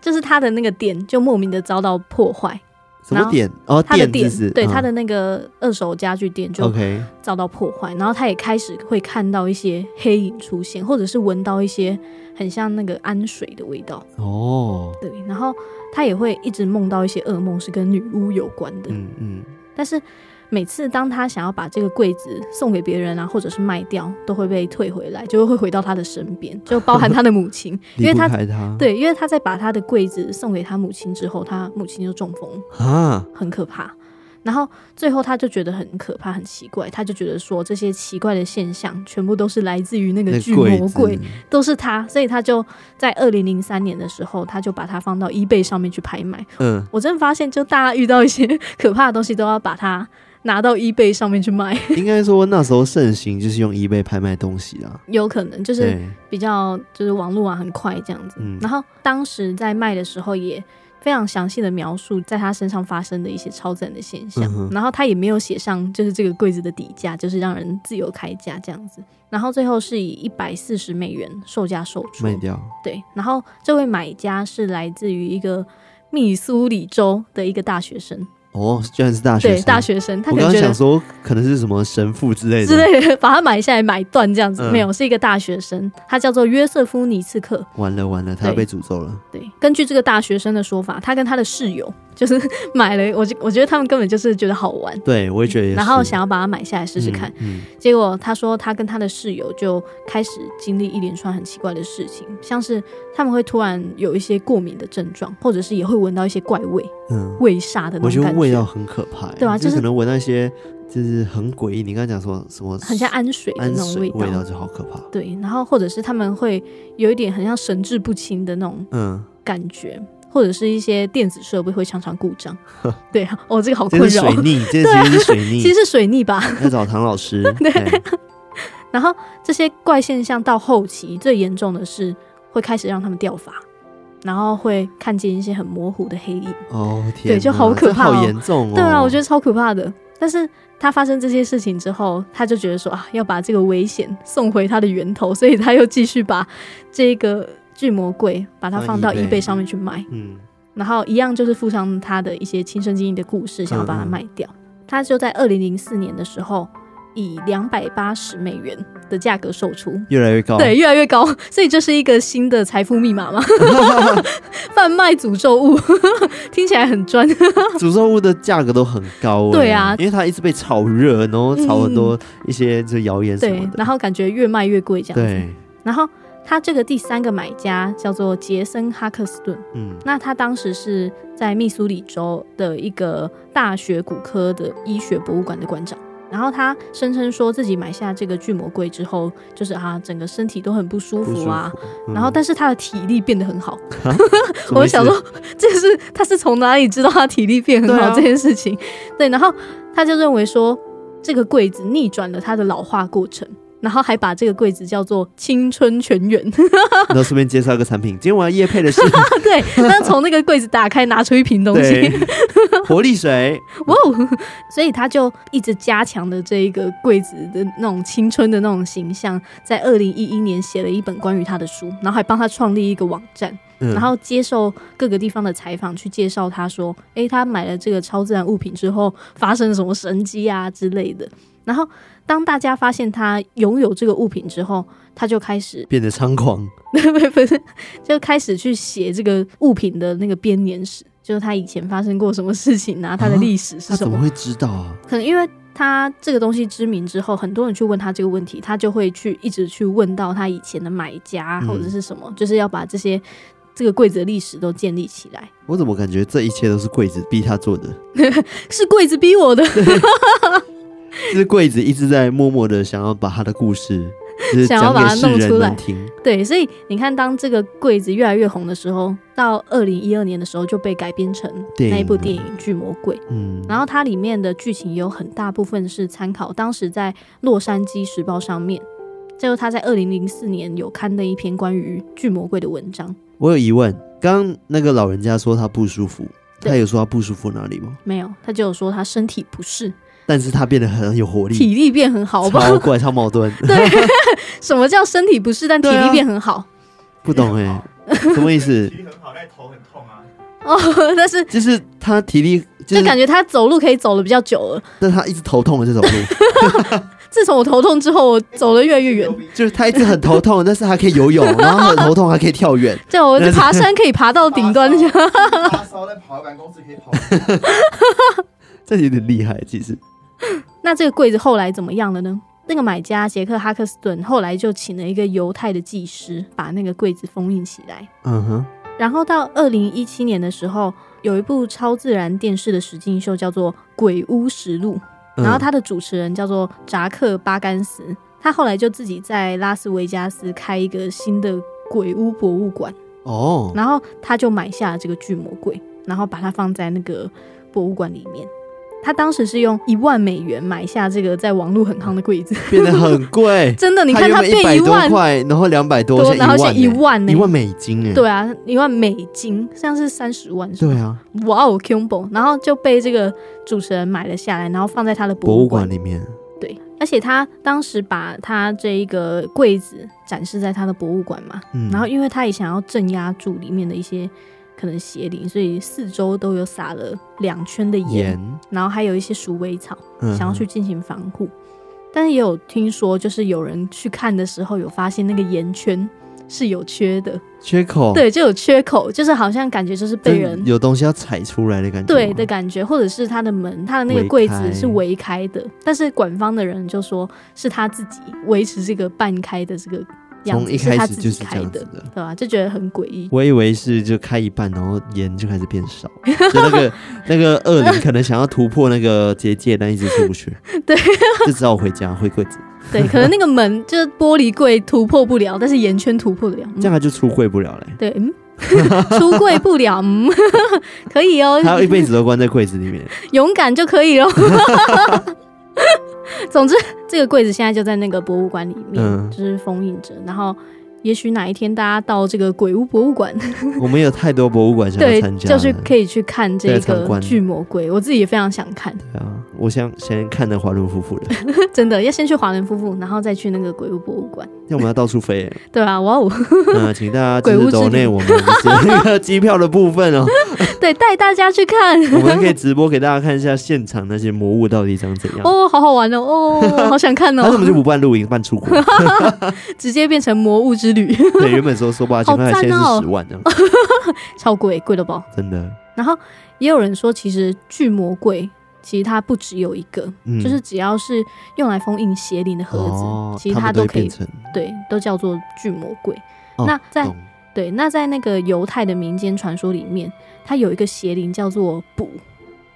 Speaker 2: 就是他的那个店就莫名的遭到破坏，
Speaker 1: 什么点？哦，
Speaker 2: 他的
Speaker 1: 店
Speaker 2: 店
Speaker 1: 是不是
Speaker 2: 对
Speaker 1: 嗯
Speaker 2: 他的那个二手家具店就
Speaker 1: OK，
Speaker 2: 遭到破坏，然后他也开始会看到一些黑影出现，或者是闻到一些很像那个氨水的味道。
Speaker 1: 哦，
Speaker 2: 对，然后他也会一直梦到一些噩梦是跟女巫有关的。
Speaker 1: 嗯嗯，
Speaker 2: 但是每次当他想要把这个柜子送给别人啊，或者是卖掉，都会被退回来，就会回到他的身边，就包含他的母
Speaker 1: *laughs*
Speaker 2: 亲，因
Speaker 1: 离
Speaker 2: 为
Speaker 1: 不
Speaker 2: 他
Speaker 1: 开他，
Speaker 2: 对，因为他在把他的柜子送给他母亲之后，他母亲就中风，
Speaker 1: 啊，
Speaker 2: 很可怕。然后最后他就觉得很可怕、很奇怪，他就觉得说这些奇怪的现象全部都是来自于那个
Speaker 1: 那
Speaker 2: 巨魔
Speaker 1: 柜
Speaker 2: 鬼，
Speaker 1: 子
Speaker 2: 都是他，所以他就在二零零三年的时候，他就把它放到 eBay 上面去拍卖。
Speaker 1: 嗯，
Speaker 2: 我真发现，就大家遇到一些 *laughs* 可怕的东西，都要把它拿到 eBay 上面去卖，
Speaker 1: 应该说那时候盛行就是用 eBay 拍卖东西啦，
Speaker 2: 有可能就是
Speaker 1: 对，
Speaker 2: 比较就是网络啊很快这样子。
Speaker 1: 嗯
Speaker 2: 然后当时在卖的时候也。非常详细的描述在他身上发生的一些超自然的现象，
Speaker 1: 嗯哼
Speaker 2: 然后他也没有写上就是这个柜子的底价，就是让人自由开价这样子。然后最后是以一百四十美元售价售出，
Speaker 1: 卖掉，
Speaker 2: 对，然后这位买家是来自于一个密苏里州的一个大学生，
Speaker 1: 哦，居然是大学
Speaker 2: 对
Speaker 1: 生，
Speaker 2: 大学生，他
Speaker 1: 我
Speaker 2: 可
Speaker 1: 刚刚
Speaker 2: 能觉得
Speaker 1: 想说可能是什么神父之类
Speaker 2: 之
Speaker 1: 的，
Speaker 2: 类的，把它买下来买断这样子。
Speaker 1: 嗯
Speaker 2: 没有，是一个大学生，他叫做约瑟夫·尼茨克。
Speaker 1: 完了完了，他要被
Speaker 2: 对
Speaker 1: 诅咒了，
Speaker 2: 对，根据这个大学生的说法，他跟他的室友就是 *laughs* 买了，我就我觉得他们根本就是觉得好玩，
Speaker 1: 对我也觉得也是，
Speaker 2: 然后想要把它买下来试试看。
Speaker 1: 嗯，
Speaker 2: 结果他说他跟他的室友就开始经历一连串很奇怪的事情，像是他们会突然有一些过敏的症状，或者是也会闻到一些怪味、
Speaker 1: 嗯嗯，
Speaker 2: 味煞的
Speaker 1: 我
Speaker 2: 那
Speaker 1: 觉
Speaker 2: 种
Speaker 1: 得
Speaker 2: 感
Speaker 1: 味道
Speaker 2: 觉，
Speaker 1: 很可怕，欸
Speaker 2: 对啊就是
Speaker 1: 可能闻到一些就是很诡异，你刚刚讲说什么
Speaker 2: 很像氨水的
Speaker 1: 氨
Speaker 2: 那种
Speaker 1: 水
Speaker 2: 道。
Speaker 1: 道就好可怕，
Speaker 2: 对，然后或者是他们会有一点很像神志不清的那种
Speaker 1: 嗯，
Speaker 2: 感觉，或者是一些电子设备会常常故
Speaker 1: *laughs*
Speaker 2: 障。对啊，哦，这个好
Speaker 1: 这
Speaker 2: 困
Speaker 1: 是
Speaker 2: 扰。 *laughs* 啊
Speaker 1: 水逆，这其实是水逆，
Speaker 2: 其实是水逆吧。 *laughs*
Speaker 1: 要找唐老师，
Speaker 2: 对
Speaker 1: 哎
Speaker 2: 然后这些怪现象到后期最严重的是会开始让他们掉发，然后会看见一些很模糊的黑影。
Speaker 1: 哦天哪，
Speaker 2: 就好可怕
Speaker 1: 这
Speaker 2: 哦
Speaker 1: 好严重哦。
Speaker 2: 对啊，我觉得超可怕的。但是他发生这些事情之后，他就觉得说啊，要把这个危险送回他的源头，所以他又继续把这个巨魔柜把它放到
Speaker 1: 放
Speaker 2: eBay
Speaker 1: eBay
Speaker 2: 上面去卖。
Speaker 1: 嗯，
Speaker 2: 然后一样就是附上他的一些亲身经历的故事，想要把它卖掉。他就在二零零四年的时候，以两百八十美元的价格售出。
Speaker 1: 越来越高，
Speaker 2: 对，，越来越高， *laughs* 所以这是一个新的财富密
Speaker 1: *laughs*
Speaker 2: 码嘛？贩卖诅咒物， *laughs* 听起来很专。
Speaker 1: 诅咒物的价格都很高、哎
Speaker 2: 对啊嗯
Speaker 1: 因为它一直被炒热，然后炒很多一些就谣言什么
Speaker 2: 对，
Speaker 1: 的，
Speaker 2: 然后感觉越卖越贵这样子。
Speaker 1: 对，
Speaker 2: 然后他这个第三个买家叫做杰森·哈克斯顿，
Speaker 1: 嗯
Speaker 2: 那他当时是在密苏里州的一个大学骨科的医学博物馆的馆长。然后他声称说自己买下这个巨魔龟之后，就是啊，整个身体都很不舒
Speaker 1: 不舒
Speaker 2: 服
Speaker 1: 服
Speaker 2: 啊。
Speaker 1: 嗯
Speaker 2: 然后，但是他的体力变得很好。
Speaker 1: 什么
Speaker 2: 我
Speaker 1: 意思
Speaker 2: 想说， *laughs* 这是他是从哪里知道他体力变很
Speaker 1: 对
Speaker 2: 好
Speaker 1: 啊
Speaker 2: 这件事情？对，然后他就认为说，这个柜子逆转了他的老化过程，然后还把这个柜子叫做青春泉源。
Speaker 1: 然后顺便介绍一个产品，今天我要夜配的是
Speaker 2: *laughs* 对，那从那个柜子打开拿出一瓶 *laughs* 东西
Speaker 1: 对，
Speaker 2: *laughs*
Speaker 1: 活力水，
Speaker 2: 哇哦！ *laughs* 所以他就一直加强了这一个柜子的那种青春的那种形象，在二零一一年写了一本关于他的书，然后还帮他创立一个网站，
Speaker 1: 嗯
Speaker 2: 然后接受各个地方的采访去介绍他说，诶，他买了这个超自然物品之后发生了什么神迹啊之类的。然后当大家发现他拥有这个物品之后，他就开始 *laughs*
Speaker 1: 变得猖狂，
Speaker 2: 不是，就开始去写这个物品的那个编年史，就是他以前发生过什么事情啊，他的历史是
Speaker 1: 他
Speaker 2: 什
Speaker 1: 怎
Speaker 2: 么
Speaker 1: 么。会知道啊？
Speaker 2: 可能因为他这个东西知名之后，很多人去问他这个问题，他就会去一直去问到他以前的买家
Speaker 1: 嗯
Speaker 2: 或者是什么，就是要把这些这个柜子的历史都建立起来。
Speaker 1: 我怎么感觉这一切都是柜子逼他做的？
Speaker 2: 是柜子逼我的， *laughs*
Speaker 1: 就是柜子一直在默默的想要把他的故
Speaker 2: *laughs*
Speaker 1: 事，就是
Speaker 2: 想要
Speaker 1: 讲
Speaker 2: 把
Speaker 1: 给
Speaker 2: 它
Speaker 1: 世
Speaker 2: 弄出
Speaker 1: 人
Speaker 2: 来
Speaker 1: 能听。
Speaker 2: 对，所以你看，当这个柜子越来越红的时候，到二零一二年的时候就被改编成
Speaker 1: 电影
Speaker 2: 那一部电影《巨魔鬼》，
Speaker 1: 嗯，
Speaker 2: 然后它里面的剧情有很大部分是参考当时在《洛杉矶时报》上面，就是他在二零零四年有刊登一篇关于巨魔鬼的文章，
Speaker 1: 我有疑问，刚刚那个老人家说他不舒服，
Speaker 2: 对
Speaker 1: 他有说他不舒服哪里吗？
Speaker 2: 没有，他就有说他身体不适，
Speaker 1: 但是他变得很有活 *laughs* 力，
Speaker 2: 体力变很好吧？
Speaker 1: 超怪，超矛盾， *laughs*
Speaker 2: 什么叫身体不适但体
Speaker 1: 对啊
Speaker 2: 力变很好？
Speaker 1: 不懂欸
Speaker 2: *laughs*
Speaker 1: 哎、什么意思？
Speaker 3: 体力很好，但头很痛啊。
Speaker 2: 哦，但是
Speaker 1: 就是他体力就是
Speaker 2: 就感觉他走路可以走的比较久了。
Speaker 1: 但他一直头痛的这种路，
Speaker 2: 自从我头痛之后，我走的越来越远。
Speaker 1: 就是他一直很头痛，但是他可以游泳，然后很头痛还可以跳远，
Speaker 2: 对，我爬山可以爬到顶
Speaker 1: *laughs* 哦
Speaker 2: 端，
Speaker 3: 发烧在跑到办公室可以跑。
Speaker 1: 这有点厉害其实。
Speaker 2: *laughs* 那这个柜子后来怎么样了呢？那个买家杰克·哈克斯顿后来就请了一个犹太的技师把那个柜子封印起来。
Speaker 1: 嗯哼，
Speaker 2: 然后到二零一七年的时候，有一部超自然电视的实境秀叫做《鬼屋实录》，
Speaker 1: 嗯
Speaker 2: 然后它的主持人叫做扎克·巴甘斯，他后来就自己在拉斯维加斯开一个新的鬼屋博物馆，
Speaker 1: 哦，
Speaker 2: 然后他就买下了这个巨魔鬼，然后把它放在那个博物馆里面。他当时是用一万美元买下这个在网络很夯的柜子，。
Speaker 1: 变得很贵
Speaker 2: 真 *laughs* 的，你看它
Speaker 1: 一
Speaker 2: 变
Speaker 1: 百
Speaker 2: 一
Speaker 1: 多
Speaker 2: 万
Speaker 1: 块，然后两百多，现在
Speaker 2: 然后现在一
Speaker 1: 一万
Speaker 2: 万
Speaker 1: 欸，
Speaker 2: 呢、
Speaker 1: 一万美金哎。
Speaker 2: 对啊，一万美金，像是三十万是吧
Speaker 1: 对啊，
Speaker 2: 哇哦 c u m b o 然后就被这个主持人买了下来，然后放在他的
Speaker 1: 博
Speaker 2: 博
Speaker 1: 物
Speaker 2: 物
Speaker 1: 馆
Speaker 2: 馆里。
Speaker 1: 里面，
Speaker 2: 对，而且他当时把他这一个柜子展示在他的博物馆嘛，
Speaker 1: 嗯，
Speaker 2: 然后因为他也想要镇压住里面的一些可能邪灵，所以四周都有撒了两圈的盐，
Speaker 1: 盐，
Speaker 2: 然后还有一些鼠尾草，
Speaker 1: 嗯
Speaker 2: 想要去进行防护。但是也有听说，就是有人去看的时候有发现那个盐圈是有缺的，
Speaker 1: 缺口，
Speaker 2: 对，就有缺口，就是好像感觉就是被
Speaker 1: 真
Speaker 2: 人
Speaker 1: 哦有东西要踩出来的感觉吗，
Speaker 2: 对的感觉，或者是他的门，他的那个
Speaker 1: 围
Speaker 2: 柜
Speaker 1: 开
Speaker 2: 子是围开的，但是管方的人就说是他自己维持这个半开的这个样
Speaker 1: 从
Speaker 2: 子，
Speaker 1: 一
Speaker 2: 是
Speaker 1: 开
Speaker 2: 他
Speaker 1: 始
Speaker 2: 自
Speaker 1: 就
Speaker 2: 己
Speaker 1: 是这
Speaker 2: 开
Speaker 1: 样子
Speaker 2: 的，
Speaker 1: 的。
Speaker 2: 对吧、就觉得很诡异。
Speaker 1: 我以为是就开一半，然后盐就开始变少，就那
Speaker 2: *laughs*
Speaker 1: 个那个恶灵可能想要突破那个结界，但一直出不去，
Speaker 2: *laughs* 对，嗯
Speaker 1: 就只好回家回柜子，
Speaker 2: 对，可能那个门就是玻璃柜突破不了，但是圆圈突破得了。
Speaker 1: 这
Speaker 2: 嗯、
Speaker 1: 样他就出柜不了嘞，
Speaker 2: 对，嗯， *laughs* 出柜不了，嗯， *laughs* 可以哦，
Speaker 1: 他要一辈子都关在柜子里
Speaker 2: *laughs*
Speaker 1: 面。
Speaker 2: 勇敢就可以了。 *laughs* 总之，这个柜子现在就在那个博物馆里面，
Speaker 1: 嗯
Speaker 2: 就是封印着。然后，也许哪一天大家到这个鬼屋博物馆，
Speaker 1: 我们有太多博物馆想要
Speaker 2: 对，
Speaker 1: 参加
Speaker 2: 就
Speaker 1: 了，
Speaker 2: 是可以去看这
Speaker 1: 对参
Speaker 2: 个
Speaker 1: 观
Speaker 2: 巨魔鬼。我自己也非常想看， *laughs*
Speaker 1: 对啊，我想先看那华伦夫妇的，
Speaker 2: 真的要先去华人夫妇，然后再去那个鬼屋博物馆，
Speaker 1: 要我们要到处飞
Speaker 2: *laughs*
Speaker 1: 耶。
Speaker 2: 对吧、哇哦，
Speaker 1: 那请大家
Speaker 2: 鬼
Speaker 1: 就
Speaker 2: 屋
Speaker 1: 是
Speaker 2: 之
Speaker 1: 抖内
Speaker 2: 旅
Speaker 1: 我们就是那个机票的部分哦，
Speaker 2: 对，带大家去看，
Speaker 1: *laughs* 我们可以直播给大家看一下现场那些魔物到底长怎样。
Speaker 2: 哦，好好玩哦，
Speaker 1: *laughs*
Speaker 2: 哦，好想看
Speaker 1: 他怎么就
Speaker 2: 哦，
Speaker 1: 不办露营，办出
Speaker 2: *laughs*
Speaker 1: 国？
Speaker 2: 直接变成魔物之旅， *laughs*
Speaker 1: 对，原本说说八千块，
Speaker 2: 好赞
Speaker 1: 现在
Speaker 2: 哦
Speaker 1: 是十万这样，
Speaker 2: 超贵，贵到爆。
Speaker 1: 真的。
Speaker 2: 然后也有人说，其实巨魔柜其实它不只有一个，
Speaker 1: 嗯
Speaker 2: 就是只要是用来封印邪灵的盒子，
Speaker 1: 哦，
Speaker 2: 其实
Speaker 1: 他
Speaker 2: 它
Speaker 1: 们都
Speaker 2: 都
Speaker 1: 会
Speaker 2: 可以
Speaker 1: 变成
Speaker 2: 对，都叫做巨魔柜。
Speaker 1: 哦
Speaker 2: 那在
Speaker 1: 懂
Speaker 2: 对，那在那个犹太的民间传说里面，它有一个邪灵叫做卜，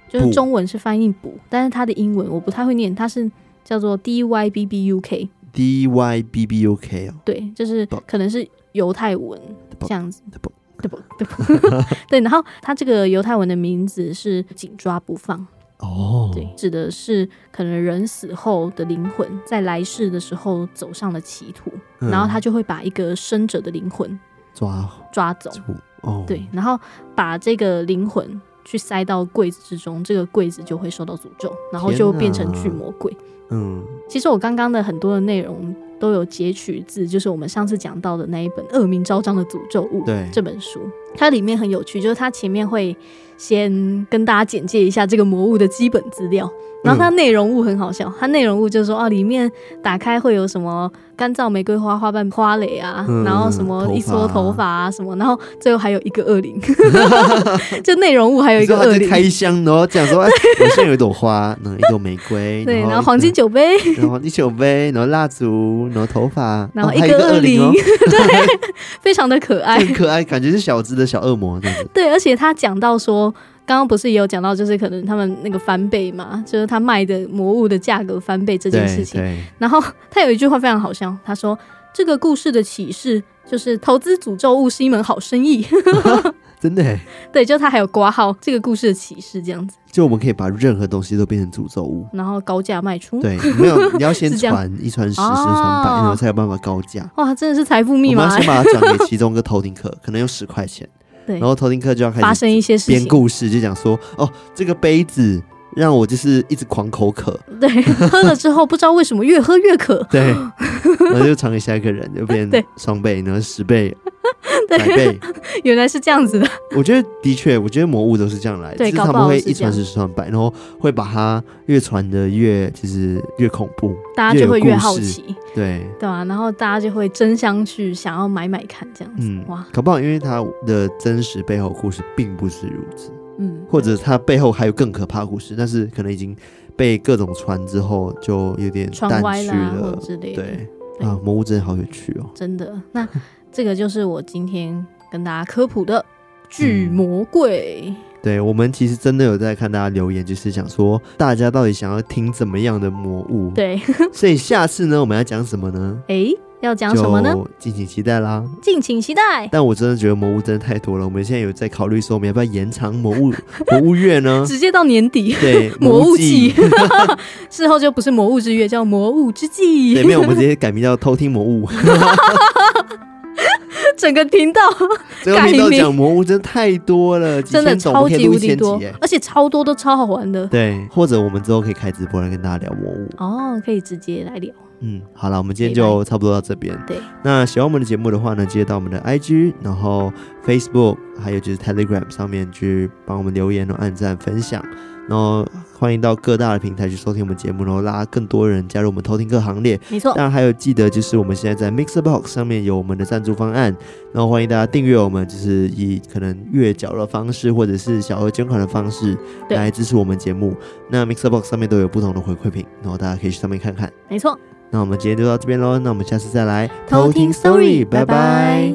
Speaker 2: 就是
Speaker 1: 卜
Speaker 2: 中文是翻译卜，但是它的英文我不太会念，它是叫做 D Y B B U K，
Speaker 1: D Y B B U K 哦，
Speaker 2: 对，就是
Speaker 1: 卜
Speaker 2: 可能是犹太文这样子
Speaker 1: 的卜。
Speaker 2: 对不对不 *laughs* 对，然后它这个犹太文的名字是紧抓不放，
Speaker 1: 哦，
Speaker 2: 对，指的是可能人死后的灵魂在来世的时候走上了歧途，
Speaker 1: 嗯
Speaker 2: 然后他就会把一个生者的灵魂
Speaker 1: 抓
Speaker 2: 抓走，
Speaker 1: 住哦，
Speaker 2: 对，，然后把这个灵魂去塞到柜子之中，这个柜子就会受到诅咒，然后就变成巨魔鬼。
Speaker 1: 嗯，
Speaker 2: 其实我刚刚的很多的内容都有截取自，就是我们上次讲到的那一本《恶名昭彰的诅咒物》
Speaker 1: 对
Speaker 2: 这本书，它里面很有趣，就是它前面会先跟大家简介一下这个魔物的基本资料，
Speaker 1: 嗯
Speaker 2: 然后它内容物很好笑，它内容物就是说哦、里面打开会有什么干燥玫瑰花花瓣花蕾啊，
Speaker 1: 嗯
Speaker 2: 然后什么
Speaker 1: 头发啊
Speaker 2: 一撮头发啊什么，然后最后还有一个恶
Speaker 1: *laughs*
Speaker 2: 灵， *laughs* 就内容物还有一
Speaker 1: 你知
Speaker 2: 个
Speaker 1: 道他
Speaker 2: 恶
Speaker 1: 在
Speaker 2: 灵，
Speaker 1: 开箱，然后讲
Speaker 2: *laughs*
Speaker 1: 说，哎，我现在有一朵花，然后一朵嗯玫瑰，
Speaker 2: 对，然
Speaker 1: 然
Speaker 2: 后黄金，酒杯。
Speaker 1: 然后黄金酒杯，然后蜡烛，然后头发，
Speaker 2: 然后
Speaker 1: 哦
Speaker 2: 一
Speaker 1: 还
Speaker 2: 个
Speaker 1: 有一个
Speaker 2: 恶
Speaker 1: 灵哦，
Speaker 2: 灵非常的可爱，
Speaker 1: 很可爱，感觉是小只的小恶魔这样子，
Speaker 2: 对，而且他讲到说，刚刚不是也有讲到，就是可能他们那个翻倍嘛，就是他卖的魔物的价格翻倍 *laughs* 这件事
Speaker 1: 对
Speaker 2: 情。
Speaker 1: 对，
Speaker 2: 然后他有一句话非常好笑，他说这个故事的启示就是投资诅咒物是一门好生意。 *laughs*
Speaker 1: 真的耶，
Speaker 2: 对，就他还有挂号这个故事的启示这样子，
Speaker 1: 就我们可以把任何东西都变成诅咒物。
Speaker 2: 然后高价卖出。 *laughs*
Speaker 1: 对，没有，你要先
Speaker 2: 是这样
Speaker 1: 传一传十，十传百，
Speaker 2: 哦
Speaker 1: 然后才有办法高价。
Speaker 2: 哇，真的是财富
Speaker 1: 我
Speaker 2: 密
Speaker 1: 们
Speaker 2: 码
Speaker 1: 要先
Speaker 2: 欸，
Speaker 1: 把它转给其中一个头顶客，可能有十块钱，
Speaker 2: *laughs* 对
Speaker 1: 然后头顶客就要
Speaker 2: 发
Speaker 1: 开始
Speaker 2: 生一些事
Speaker 1: 编
Speaker 2: 情。
Speaker 1: 故事，就讲说，哦，这个杯子让我就是一直狂口
Speaker 2: *laughs*
Speaker 1: 渴，
Speaker 2: 对，喝了之后不知道为什么越喝越渴，
Speaker 1: 对，然后就传给下一个人，就变
Speaker 2: *laughs* 对
Speaker 1: 双倍，然后十倍、百
Speaker 2: *laughs* 对，
Speaker 1: 倍。
Speaker 2: 原来是这样子的，
Speaker 1: 我觉得的确，我觉得魔物都是这样来的，
Speaker 2: 对
Speaker 1: 就是他
Speaker 2: 搞不
Speaker 1: 们
Speaker 2: 好
Speaker 1: 会
Speaker 2: 是这
Speaker 1: 一传
Speaker 2: 样
Speaker 1: 十，十传百，然后会把它越传的越就是越恐怖，
Speaker 2: 大家就会
Speaker 1: 越
Speaker 2: 越
Speaker 1: 有故
Speaker 2: 好
Speaker 1: 事
Speaker 2: 奇，
Speaker 1: 对，
Speaker 2: 对啊，然后大家就会争相去想要买买看这样子，
Speaker 1: 嗯
Speaker 2: 哇，，
Speaker 1: 搞不好因为它的真实背后故事并不是如此，
Speaker 2: 嗯，
Speaker 1: 或者它背后还有更可怕的故事，但是可能已经被各种传之后就有点
Speaker 2: 传
Speaker 1: 淡
Speaker 2: 歪
Speaker 1: 去
Speaker 2: 啦或者
Speaker 1: 了，
Speaker 2: 之类的，
Speaker 1: 对
Speaker 2: 对
Speaker 1: 啊，魔物真的好有趣哦。
Speaker 2: 真的。那这个就是我今天跟大家科普的巨魔
Speaker 1: 嗯
Speaker 2: 鬼，
Speaker 1: 对我们其实真的有在看大家留言，就是想说大家到底想要听怎么样的魔物。，
Speaker 2: 对， *laughs*
Speaker 1: 所以下次呢，我们要讲什么呢？
Speaker 2: 诶，要讲什么呢？
Speaker 1: 就敬请期待啦。
Speaker 2: 敬请期
Speaker 1: *laughs*
Speaker 2: 待。
Speaker 1: 但我真的觉得魔物真的太多了，我们现在有在考虑说，我们要不要延长魔物魔物月
Speaker 2: *laughs*
Speaker 1: 呢？
Speaker 2: 直接到年底，
Speaker 1: 对，
Speaker 2: 魔
Speaker 1: 物
Speaker 2: 物季， *laughs* 事后就不是魔物之月，叫魔物之
Speaker 1: 对，
Speaker 2: 季。
Speaker 1: 没有，我们直接改名叫偷听魔物。
Speaker 2: *laughs* 整个频道
Speaker 1: *laughs* 这个频道讲魔物真的太多了，几
Speaker 2: 真的
Speaker 1: 千种，我
Speaker 2: 超
Speaker 1: 们可以
Speaker 2: 级
Speaker 1: 录
Speaker 2: 无
Speaker 1: 一
Speaker 2: 敌
Speaker 1: 千
Speaker 2: 多
Speaker 1: 集耶，。
Speaker 2: 而且超多都超好玩的。
Speaker 1: 对，或者我们之后可以开直播来跟大家聊魔物。
Speaker 2: 哦，可以直接来聊。
Speaker 1: 嗯，好了，我们今天就差不多到这边。
Speaker 2: 对，
Speaker 1: 那喜欢我们的节目的话呢，记得到我们的 IG，然后 Facebook，还有就是 Telegram 上面去帮我们留言、哦、按赞、分享，然后欢迎到各大的平台去收听我们节目，然后拉更多人加入我们偷听课行列。
Speaker 2: 没错
Speaker 1: 当，然还有记得就是我们现在在 Mixer Box 上面有我们的赞助方案，然后欢迎大家订阅我们，就是以可能月缴的方式或者是小额捐款的方式
Speaker 2: 对
Speaker 1: 来支持我们节目。那 Mixer Box 上面都有不同的回馈品，然后大家可以去上面看看。
Speaker 2: 没错。
Speaker 1: 那我们今天就到这边喽，那我们下次再来
Speaker 2: 偷听 Story，拜拜。